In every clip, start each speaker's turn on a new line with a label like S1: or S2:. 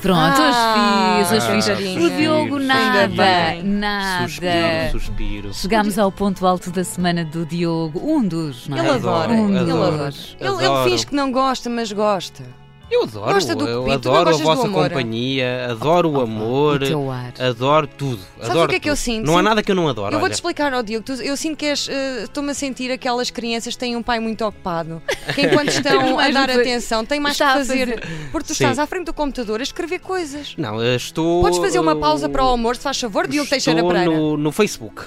S1: Pronto,
S2: Ah,
S1: os fiz, os fiz.
S2: coitadinha.
S1: O Diogo,
S3: Ainda
S1: nada,
S2: bem.
S1: nada.
S3: Suspiro, suspiro.
S1: Chegámos ao ponto alto da semana do Diogo, um dos, não é?
S2: Ele adora,
S1: um
S2: ele
S1: dos.
S2: adora. Ele, ele
S3: Adoro.
S2: finge que não gosta, mas gosta.
S3: Eu adoro,
S2: Gosta do
S3: eu
S2: Pepito, não
S3: adoro a
S2: gostas do
S3: vossa
S2: amor?
S3: companhia, adoro o amor,
S1: O teu ar.
S2: Ah,
S3: adoro tudo.
S2: Então- Sabes
S3: adoro
S2: o que é que eu
S3: tudo.
S2: sinto?
S3: Não há
S2: Sinto-
S3: nada que eu não adoro.
S2: eu
S3: olha.
S2: vou-te explicar, ó Diogo. tu- eu sinto que és, eh, estou-me a sentir aquelas crianças que têm um pai muito ocupado, que enquanto
S1: Temos
S2: estão a
S1: mais
S2: dar
S1: o que-
S2: atenção, têm mais que
S1: Está a
S2: fazer. Porque tu
S3: Sim.
S2: estás à frente do computador a escrever coisas.
S3: Não, eu estou.
S2: Podes fazer uma pausa para o almoço, se faz favor, Diogo
S3: Oh. Estou
S2: Teixeira Pereira.
S3: no, no Facebook.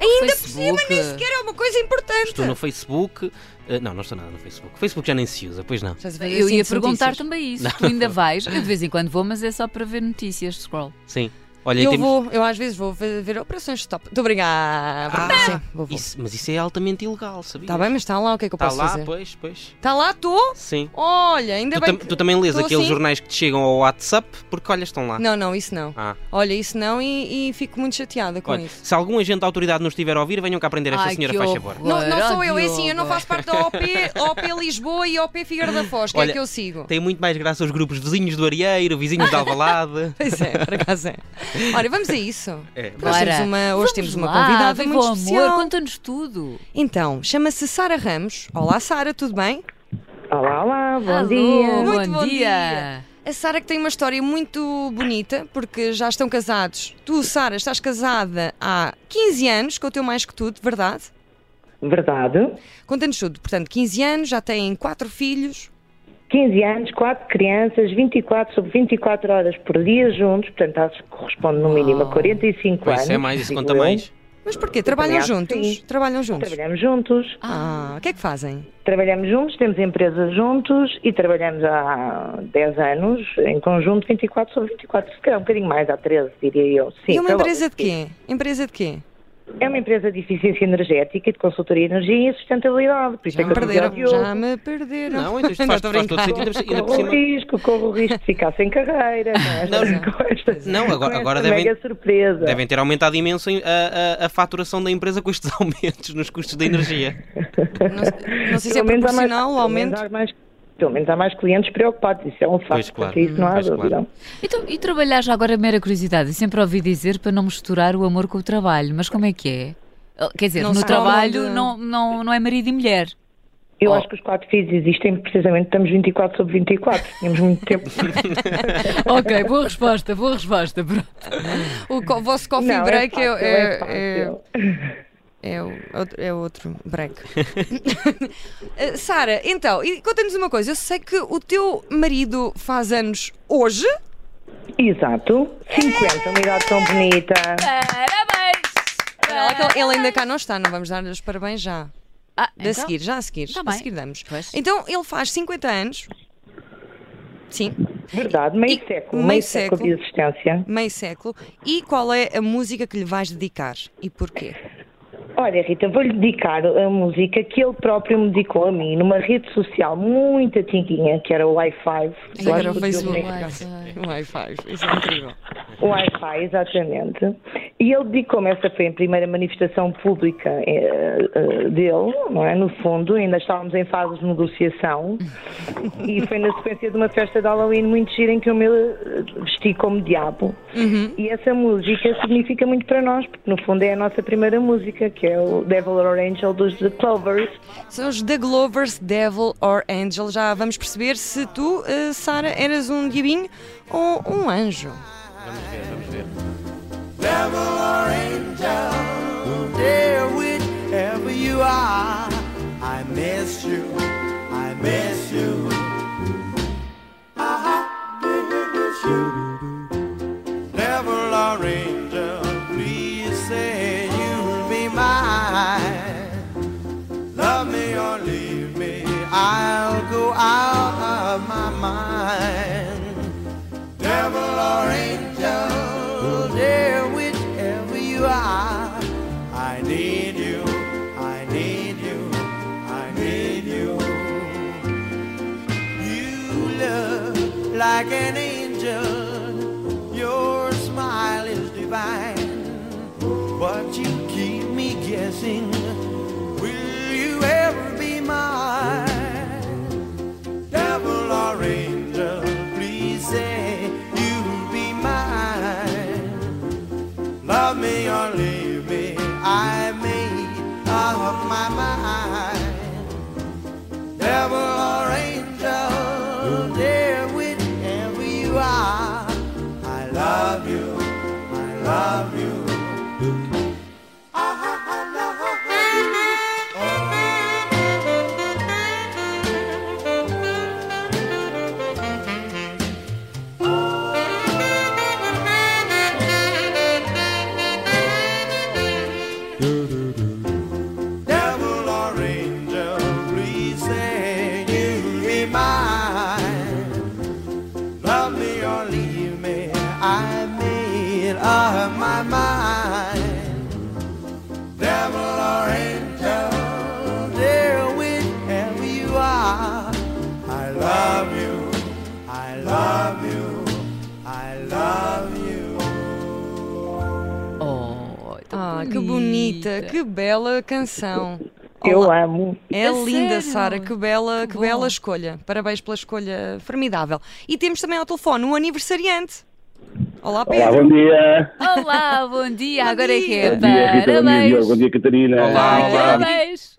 S2: Ainda por cima,
S1: Facebook.
S2: nem sequer é uma coisa importante.
S3: Estou no Facebook. eh, não, não estou nada no Facebook. O Facebook já nem se usa, pois não.
S2: Estás a ver?
S1: Eu ia
S2: sinto
S1: perguntar
S2: notícias.
S1: também isso. Tu ainda vais? Eu de vez em quando vou, mas é só para ver notícias. Scroll.
S3: Sim. Olha, e
S2: Eu
S3: temos-
S2: vou, eu às vezes vou ver ver operações stop. Muito obrigada.
S3: Ah,
S2: Sim, vou, vou.
S3: Isso- mas isso é altamente ilegal, sabia?
S2: Está bem, mas está lá, o que é que eu
S3: Está
S2: posso
S3: Tá lá,
S2: fazer?
S3: pois, pois.
S2: Está lá, estou?
S3: Sim.
S2: Olha, ainda
S3: Tu,
S2: bem.
S3: tam-
S2: que-
S3: tu também lês
S2: Estou
S3: aqueles
S2: assim.
S3: jornais que te chegam ao WhatsApp porque, olha, estão lá.
S2: Não, não, isso não.
S3: Ah.
S2: Olha, isso não e, e fico muito chateada com
S3: Olha,
S2: isso.
S3: se algum agente da autoridade nos estiver a ouvir, venham cá aprender esta
S1: Ai,
S3: senhora,
S1: que
S3: faz
S1: horror.
S3: favor.
S2: Não, não sou eu, é
S1: Diogo.
S2: assim, eu não faço parte da OP, OP Lisboa e OP Figueira da Foz, que é
S3: Olha,
S2: que eu sigo.
S3: Tem muito mais graça os grupos vizinhos do Arieiro, vizinhos de Alvalade.
S2: Pois é, por acaso é. Olha, vamos a isso.
S3: É,
S2: Nós
S1: Bora.
S2: temos uma- hoje temos uma
S1: Vamos lá,
S2: convidada
S1: viva
S2: muito
S1: o
S2: especial.
S1: amor, conta-nos tudo.
S2: Então, chama-se Sara Ramos. Olá, Sara, tudo bem?
S4: Olá, olá, bom
S1: Alô,
S4: dia.
S2: Muito
S1: Bom,
S2: bom
S1: dia.
S2: A Sara que tem uma história muito bonita, porque já estão casados. Tu, Sara, estás casada há 15 anos, com o teu mais que tudo, verdade?
S4: Verdade.
S2: Conta-nos tudo. Portanto, 15 anos, já têm quatro filhos.
S4: 15 anos, 4 crianças, 24 sobre 24 horas por dia juntos, portanto, acho que corresponde no mínimo
S2: Ah.
S4: a 45
S3: Pois,
S4: anos.
S3: isso é mais, isso
S4: digo
S3: conta
S4: eu.
S3: mais.
S2: Mas porquê? Trabalham
S4: também acho que
S2: juntos?
S4: sim.
S2: Trabalham juntos.
S4: Trabalhamos juntos,
S2: Ah, o que é que fazem?
S4: trabalhamos juntos, temos empresa juntos e trabalhamos há 10 anos, em conjunto 24 sobre 24, se calhar um bocadinho mais, há 13, diria eu. Sim,
S2: e uma
S4: pelo-
S2: empresa de quê? Empresa de quê?
S4: É uma empresa de eficiência energética, de consultoria de energia e sustentabilidade. Por isso
S2: Já
S4: é
S2: me
S4: que eu
S2: perderam.
S4: dizia ao Diogo,
S2: Já me perderam.
S3: Não, então isto
S2: Ainda
S3: faz,
S2: estou a
S3: faz todo
S2: brincar.
S3: sentido. Ainda por cima- ainda por cima.
S4: Corro o risco, corro o risco de ficar sem carreira, não é?
S3: Não,
S4: Estas coisas.
S3: não, agora-
S4: Com
S3: agora
S4: esta
S3: devem-
S4: Mega surpresa.
S3: Devem ter aumentado imenso a, a- a faturação da empresa com estes aumentos nos custos da energia.
S2: Não, não sei se é
S4: Pelo menos há mais-
S2: proporcional o
S4: pelo
S2: aumento.
S4: menos há mais- Pelo menos há mais clientes preocupados, isso é um facto.
S3: Pois, claro.
S4: portanto, Isso não há
S3: Pois,
S4: dúvida.
S3: claro.
S1: Então, e trabalhar já agora, mera curiosidade, eu sempre ouvi dizer para não misturar o amor com o trabalho, mas como é que é? Ah, Quer dizer,
S2: Não
S1: no
S2: se
S1: trabalho
S2: fala de-
S1: não, não, não é marido e mulher.
S4: Eu
S1: Oh.
S4: acho que os quatro filhos existem, precisamente estamos 24 sobre 24, tínhamos muito tempo.
S1: ok, boa resposta, boa resposta. Pronto.
S2: O co- vosso coffee
S4: não,
S2: break
S4: é,
S2: é,
S4: fácil,
S2: é-
S4: é fácil.
S2: é- é o- outro- é outro break. Eh, Sara, então, e conta-nos uma coisa. Eu sei que o teu marido faz anos hoje. é-
S4: Exato, 50, uma idade tão bonita.
S1: Parabéns!
S2: Ela que- Ele ainda cá não está, não vamos dar-lhe os parabéns já.
S1: Ah,
S2: De
S1: então?
S2: seguir, já a seguir.
S1: Tá
S2: a
S1: bem.
S2: seguir damos.
S1: Pois.
S2: Então, ele faz 50 anos. Sim,
S4: Verdade, meio
S2: E-
S4: século,
S2: meio
S4: meio século de
S2: século.
S4: existência.
S2: meio século. E qual é a música que lhe vais dedicar e porquê?
S4: Olha, Rita, vou-lhe dedicar a música que ele próprio me dedicou a mim numa rede social muito antiguinha, que era o Wi-Fi.
S2: Sim,
S4: Eu acho
S2: era o
S4: que o
S2: Facebook.
S4: Diogo nem-
S2: Wi-Fi, isso é incrível.
S4: O Wi-Fi, exatamente. E ele dedicou-me, essa foi a primeira manifestação pública eh, eh, dele, não é? No fundo, ainda estávamos em fase de negociação. e foi na sequência de uma festa de Halloween muito gira em que eu me eh, vesti como diabo.
S2: Uhum.
S4: E essa música significa muito para nós, porque no fundo é a nossa primeira música, que é o Devil or Angel dos The Clovers.
S2: São os The Glovers, Devil or Angel. Já vamos perceber se tu, eh, Sara, eras um diabinho ou um anjo.
S5: devil or angel, there whichever you are, I miss you, I miss you. I miss you. Devil or angel, please say you'll be mine. Love me or leave me, I'll go out of my mind devil or angel, dear, whichever you are, I need you, I need you, I need you. You look like an angel, your smile is divine, but you keep me guessing. Will you ever be mine? devil or angel, please say you Ah,
S1: Oh, então
S2: Ah, que bonita, que bela canção.
S4: Eu
S2: Olá.
S4: amo.
S2: É
S1: A
S2: linda,
S1: sério?
S2: Sara, que bela,
S1: Que
S2: que bela
S1: bom.
S2: escolha. Parabéns pela escolha formidável. E temos também ao telefone um aniversariante. Olá,
S6: Olá,
S2: Pedro.
S6: bom dia.
S1: Olá, bom dia,
S2: Bom
S1: agora é que é.
S2: dia.
S6: Bom dia, Rita. Bom dia, Diogo. Bom
S1: Parabéns.
S6: dia, Catarina.
S3: Olá, olá.
S1: Parabéns.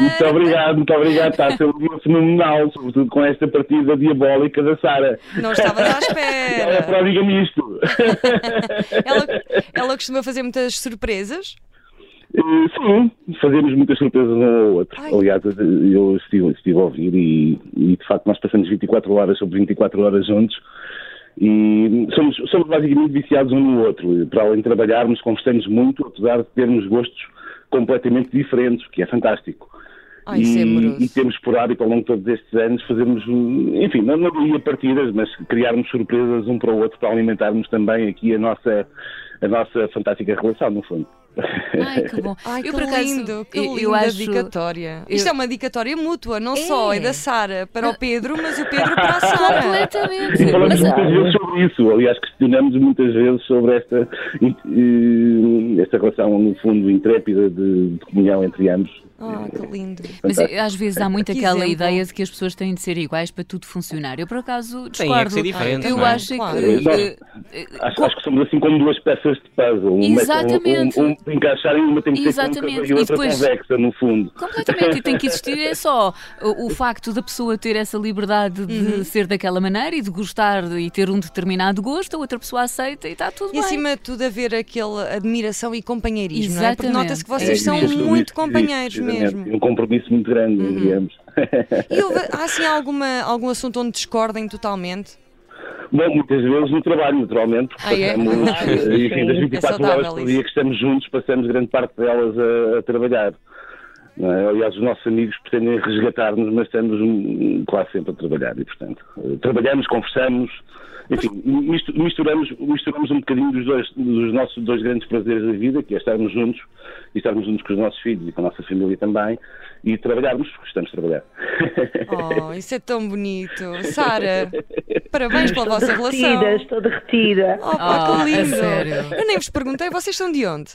S6: Muito obrigado, muito obrigado. Está a ser uma fenomenal, sobretudo com esta partida diabólica da Sara.
S2: Não estavas à
S6: Ela é
S2: espera.
S6: pródiga nisto.
S2: Ela, ela costuma fazer muitas surpresas.
S6: Eh, Sim, fazemos muitas surpresas um ao outro.
S2: Ai.
S6: Aliás, eu estive, estive a ouvir e, e, de facto nós passamos 24 horas sobre 24 horas juntos e somos, somos basicamente viciados um no outro. Para além de trabalharmos, conversamos muito, apesar de termos gostos completamente diferentes, o que é fantástico.
S2: Ai, isso é amoroso.
S6: e, e temos por hábito ao longo de todos estes anos fazermos, um- enfim, não, não diria partidas, mas criarmos surpresas um para o outro para alimentarmos também aqui a nossa, a nossa fantástica relação, no fundo.
S2: Ah,
S1: Ai, que bom.
S2: Ai,
S1: eu,
S2: que
S1: por acaso,
S2: lindo, que
S1: eu,
S2: linda
S1: eu acho,
S2: dicatória. Isto
S1: eu-
S2: é uma dicatória mútua, não só é
S1: É.
S2: da Sara para o Pedro, mas o Pedro para a Sara.
S1: Completamente.
S6: E falamos
S1: Mas, é
S6: muitas vezes sobre isso. Aliás, questionamos muitas vezes sobre esta, eh, esta relação, no fundo, intrépida de, de comunhão entre ambos.
S2: Ah, que lindo.
S1: mas eu- às vezes há muito
S2: Que
S1: aquela
S2: exemplo.
S1: ideia de que as pessoas têm de ser iguais para tudo funcionar. Eu, por acaso,
S3: Tem é que
S1: discordo. tá?
S3: ser diferente,
S1: eu
S3: não é?
S1: acho
S2: Claro.
S1: que.
S6: Não.
S1: eh, eh,
S6: Acho, acho que somos assim como duas peças de puzzle. Uma-
S1: Exatamente.
S6: Um, um, um encaixar e uma tem que ser
S1: Exatamente.
S6: côncava
S1: E
S6: e outra
S1: depois-
S6: convexa, no fundo.
S1: Completamente, e tem que existir é só o, o facto da pessoa ter essa liberdade de
S2: Uhum.
S1: ser daquela maneira e de gostar de- e ter um determinado gosto, a outra pessoa aceita e está tudo
S2: E
S1: bem.
S2: acima de tudo haver aquela admiração e companheirismo, não é? Porque
S1: Exatamente.
S2: nota-se que
S1: É
S2: vocês
S1: isso,
S2: são
S6: isso, isso,
S2: muito
S6: isso,
S2: companheiros
S6: exatamente.
S2: mesmo. Uhum.
S6: Um compromisso muito grande, digamos.
S2: E houve, há assim alguma, algum assunto onde discordem totalmente?
S6: Bom, muitas vezes no trabalho, naturalmente, porque
S2: Ah, é?
S6: passamos,
S2: Ah,
S6: eh, enfim, das
S4: sim.
S6: 24
S2: É saudável
S6: horas por
S2: isso.
S6: dia que estamos juntos, passamos grande parte delas a, a trabalhar. Não é? Aliás, os nossos amigos pretendem resgatar-nos, mas estamos hum, quase sempre a trabalhar e, portanto, eh, trabalhamos, conversamos, enfim, mistu- misturamos, misturamos um bocadinho dos, dois, dos nossos dois grandes prazeres da vida, que é estarmos juntos e estarmos juntos com os nossos filhos e com a nossa família também, e trabalharmos, porque estamos a trabalhar.
S2: Oh, isso é tão bonito. Sara, parabéns pela vossa relação.
S4: Derretida, estou derretida.
S2: Oh, pá,
S1: Oh,
S2: que
S1: é
S2: lindo.
S1: sério.
S2: Eu nem vos perguntei, vocês são de onde?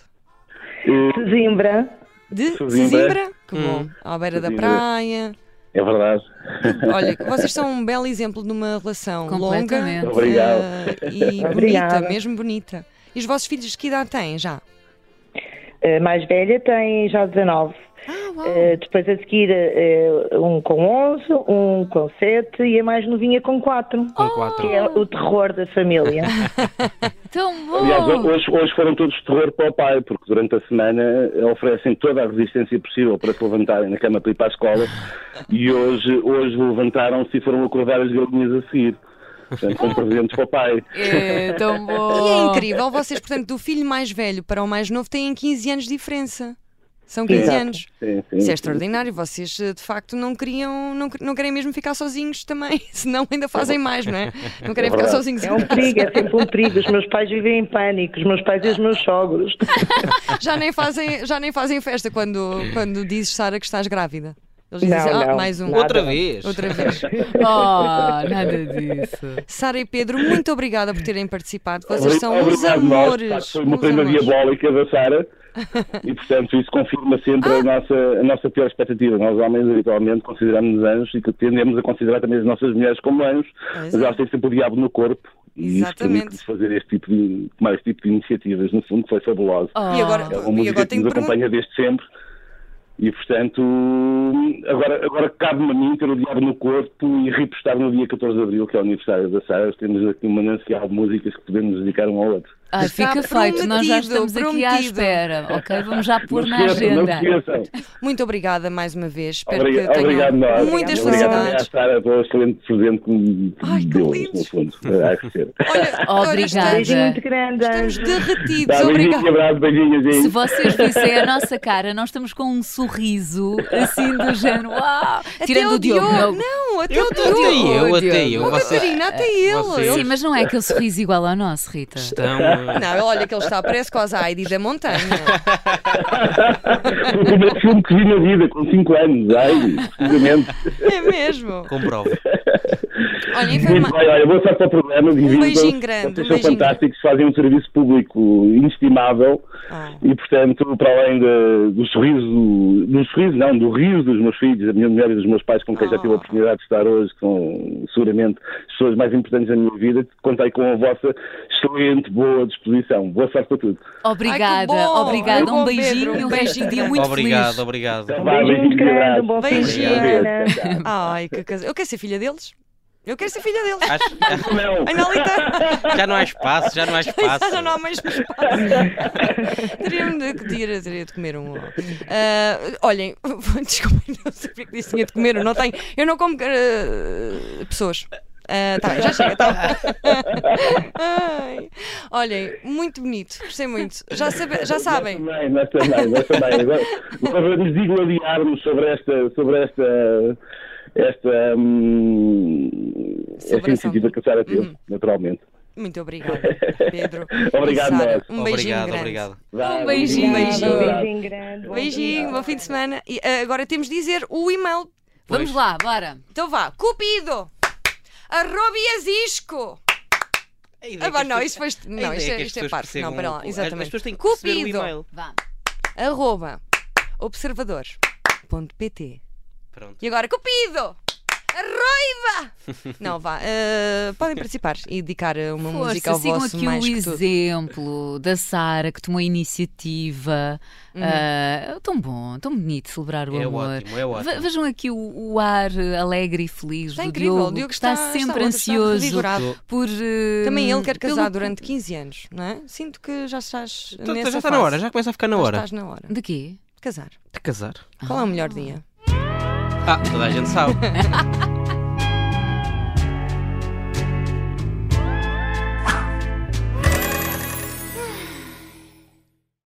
S6: Eh,
S4: Zimbra.
S2: De
S6: Sou de
S2: Zimbra? Que
S1: Hum.
S2: bom. À beira da
S6: Zimbra.
S2: praia.
S6: É verdade.
S2: Olha, vocês são um belo exemplo de uma relação longa
S1: Completamente.
S2: eh,
S6: Obrigado.
S2: e bonita,
S4: Obrigada.
S2: mesmo bonita. E os vossos filhos que idade têm já?
S4: A mais velha tem já 19.
S2: Ah, uau.
S4: Eh, depois a seguir, eh, um com 11, um com 7 e a mais novinha com 4.
S3: Com quatro.
S4: Que é o terror da família.
S1: Tão
S6: Aliás,
S1: bom!
S6: hoje, hoje foram todos de terror para o pai, porque durante a semana eh, oferecem toda a resistência possível para se levantarem na cama para ir para a escola e hoje, hoje levantaram-se e foram acordar as galinhas a seguir. Portanto, são presentes para o pai.
S1: É tão bom!
S2: E é incrível, vocês, portanto, do filho mais velho para o mais novo têm 15 anos de diferença. São 15
S6: Exato.
S2: anos.
S6: Sim, sim.
S2: Isso é extraordinário. Vocês, eh, de facto, não queriam, não, que- não querem mesmo ficar sozinhos também. Senão ainda fazem mais, não é? Não querem
S6: É
S2: ficar
S6: verdade.
S2: sozinhos.
S4: É um perigo, é sempre um perigo. Os meus pais vivem em pânico, os meus pais e os meus sogros.
S2: Já nem fazem, já nem fazem festa quando, quando dizes, Sara, que estás grávida. Eles
S4: Não,
S2: dizem, ah,
S4: não,
S2: mais um.
S4: nada.
S3: Outra vez.
S2: Outra vez.
S1: Oh, nada disso.
S2: Sara e Pedro, muito obrigada por terem participado. Vocês
S6: Obri-
S2: são uns
S6: obrigado, é nós.
S2: amores.
S6: Claro, Foi uma
S2: uns
S6: prima
S2: amores.
S6: diabólica da Sara e, portanto, isso confirma sempre
S2: Ah.
S6: a, nossa, a nossa pior expectativa. Nós, homens, habitualmente consideramos-nos anjos e que tendemos a considerar também as nossas mulheres como anjos,
S2: Pois
S6: mas
S2: é.
S6: elas têm sempre o diabo no corpo. E isso
S2: Exatamente.
S6: permite-nos fazer este tipo de, tomar este tipo de iniciativas, no fundo, que foi fabuloso.
S1: Oh,
S2: E agora, e
S6: É uma
S2: agora
S6: música que
S2: tenho
S6: nos
S2: que perguntar.
S6: acompanha desde sempre. E, portanto, agora, agora cabe-me a mim ter o diabo no corpo e repostar no dia 14 de Abril, que é o aniversário da Sara. Temos aqui um manancial de músicas que podemos dedicar um ao outro.
S1: Ai,
S2: Está
S1: fica feito, nós já
S2: prometido,
S1: estamos aqui à
S2: prometido.
S1: espera, ok? Vamos já pôr
S6: Não
S1: na
S6: se esqueçam,
S1: agenda.
S6: Não se esqueçam.
S2: Muito obrigada mais uma vez. Espero
S6: Obrigado,
S2: que tenham
S6: obrigado nós.
S2: muitas
S6: obrigado também à
S2: felicidades.
S6: Sara pelo excelente presente que me
S2: Ai, que
S6: deu,
S2: lindo.
S6: no fundo. Há que ser.
S2: Olha, olha,
S1: Obrigada.
S2: estamos,
S4: Beijinho muito grande.
S2: é. estamos
S4: Anjo.
S2: derretidos.
S6: Dá beijinhos e
S2: Obrigada.
S6: abraços, beijinhos.
S1: Se
S6: beijinhos.
S1: vocês vissem a nossa cara, nós estamos com um sorriso assim do género. Uau! Tirando
S2: até
S1: o Diogo.
S2: Não,
S1: não.
S2: até
S3: Eu
S2: o
S3: até
S2: Diogo.
S3: eu, até
S1: Diogo.
S3: eu.
S2: Oh,
S3: Vocês
S2: Catarina, até ele.
S3: vocês-
S1: Sim,
S2: Ele-
S1: mas não é aquele sorriso igual ao nosso, Rita.
S3: estão. eh,
S2: Não, olha que ele está, parece quase a Heidi da montanha.
S6: Foi o primeiro filme que vi na vida, com 5 anos. Ai, precisamente.
S2: É mesmo.
S3: Comprovo.
S2: Olha,
S6: Muito
S2: informa... Um
S6: bem, olha, boa sorte para o programa. divido,
S2: beijinho grande,
S6: Vocês
S2: um
S6: são
S2: beijinho
S6: fantásticos, fazem um serviço público inestimável
S2: Ah.
S6: e, portanto, para além de- do sorriso, do sorriso, não, do riso dos meus filhos, da minha mulher e dos meus pais, com quem já
S2: Ah.
S6: tive a oportunidade de estar hoje, que são seguramente as pessoas mais importantes da minha vida, contei com a vossa excelente, boa disposição. Boa sorte para tudo.
S2: Ai, que
S1: Obrigada,
S2: bom.
S1: obrigada.
S2: Ai,
S1: Um
S2: que bom,
S1: beijinho
S2: Pedro.
S1: e um resto de dia muito
S3: obrigado,
S1: feliz.
S3: obrigado.
S2: Um
S6: Vá,
S4: Beijinho
S6: e
S4: grande,
S6: abraço.
S4: um bom fim de
S2: Beijinho.
S4: semana.
S6: Adeus, tchau, tchau.
S2: Ah, Ai, que casa... Eu quero ser filha deles. Eu quero ser filha deles.
S3: Acho-
S6: Não.
S2: Ai, não, Lita.
S3: já não há espaço, já não há espaço.
S2: Já não há mais espaço. Teria-me de, teria, teria de comer um. Ah, olhem, desculpem, não sabia que disse tinha de comer um. Não tenho. Eu não como ah, pessoas. Ah, tá bem, já chega, tá bem. Ai. Olhem, muito bonito, gostei muito. Já, sabe- já sabem.
S6: Nós também, nós também, nós também. Agora, agora vamos digladiar-nos sobre esta. Sobre esta esta, hum, esta
S2: Sobre essa-
S6: iniciativa que a Sara
S1: Hum.
S6: teve, naturalmente.
S2: Muito obrigada, Pedro.
S6: Obrigado,
S2: E Sara,
S6: nós.
S2: um beijinho
S3: obrigado,
S2: grande.
S3: obrigado.
S6: Vá,
S1: Um beijinho.
S6: beijinho.
S4: Obrigada,
S6: abraço.
S4: Beijinho grande. um bom
S2: Beijinho,
S4: dia.
S2: bom fim de semana. E ah, agora temos de dizer o e-mail.
S1: Vamos lá, bora.
S2: Então vá, Cupido, arroba Iasisco.
S3: A ideia
S2: Ah,
S3: é que
S2: bom,
S3: as
S2: não,
S3: pessoas-
S2: isto foi.
S3: a
S2: Não,
S3: ideia
S2: isto é,
S3: é que as
S2: isto é
S3: pessoas
S2: parte. Não,
S3: percebam-
S2: pera lá,
S3: as- As
S2: exatamente.
S3: pessoas têm que receber o
S2: Cupido,
S3: e-mail.
S1: Vá.
S2: arroba observador.pt.
S3: Pronto.
S2: E agora, Cupido, arroiva. Não, vá, ah, podem participar e dedicar eh, uma música
S1: Força,
S2: ao
S1: sigam
S2: vosso
S1: aqui
S2: mais
S1: o
S2: que tudo.
S1: exemplo da Sara que tomou a iniciativa.
S2: Uhum.
S1: Ah, tão bom, tão bonito celebrar o
S3: É
S1: amor.
S3: ótimo, é ótimo.
S1: Ve- Vejam aqui o, o ar eh, alegre e feliz
S2: Está
S1: do
S2: incrível,
S1: Diogo,
S2: o Diogo
S1: que está,
S2: está- está
S1: sempre
S2: ótimo, está
S1: ansioso
S2: revigorado.
S1: por. eh,
S2: Também ele quer
S1: pelo-
S2: casar durante 15 anos, não é? Sinto que já estás.
S3: Então,
S2: nessa
S3: já está na hora,
S2: fase.
S3: já começa a ficar na
S2: Já
S3: hora.
S2: Estás na hora
S1: De quê?
S2: de casar.
S3: De casar.
S1: Ah.
S2: Qual é o melhor dia?
S3: Ah, toda a gente sabe.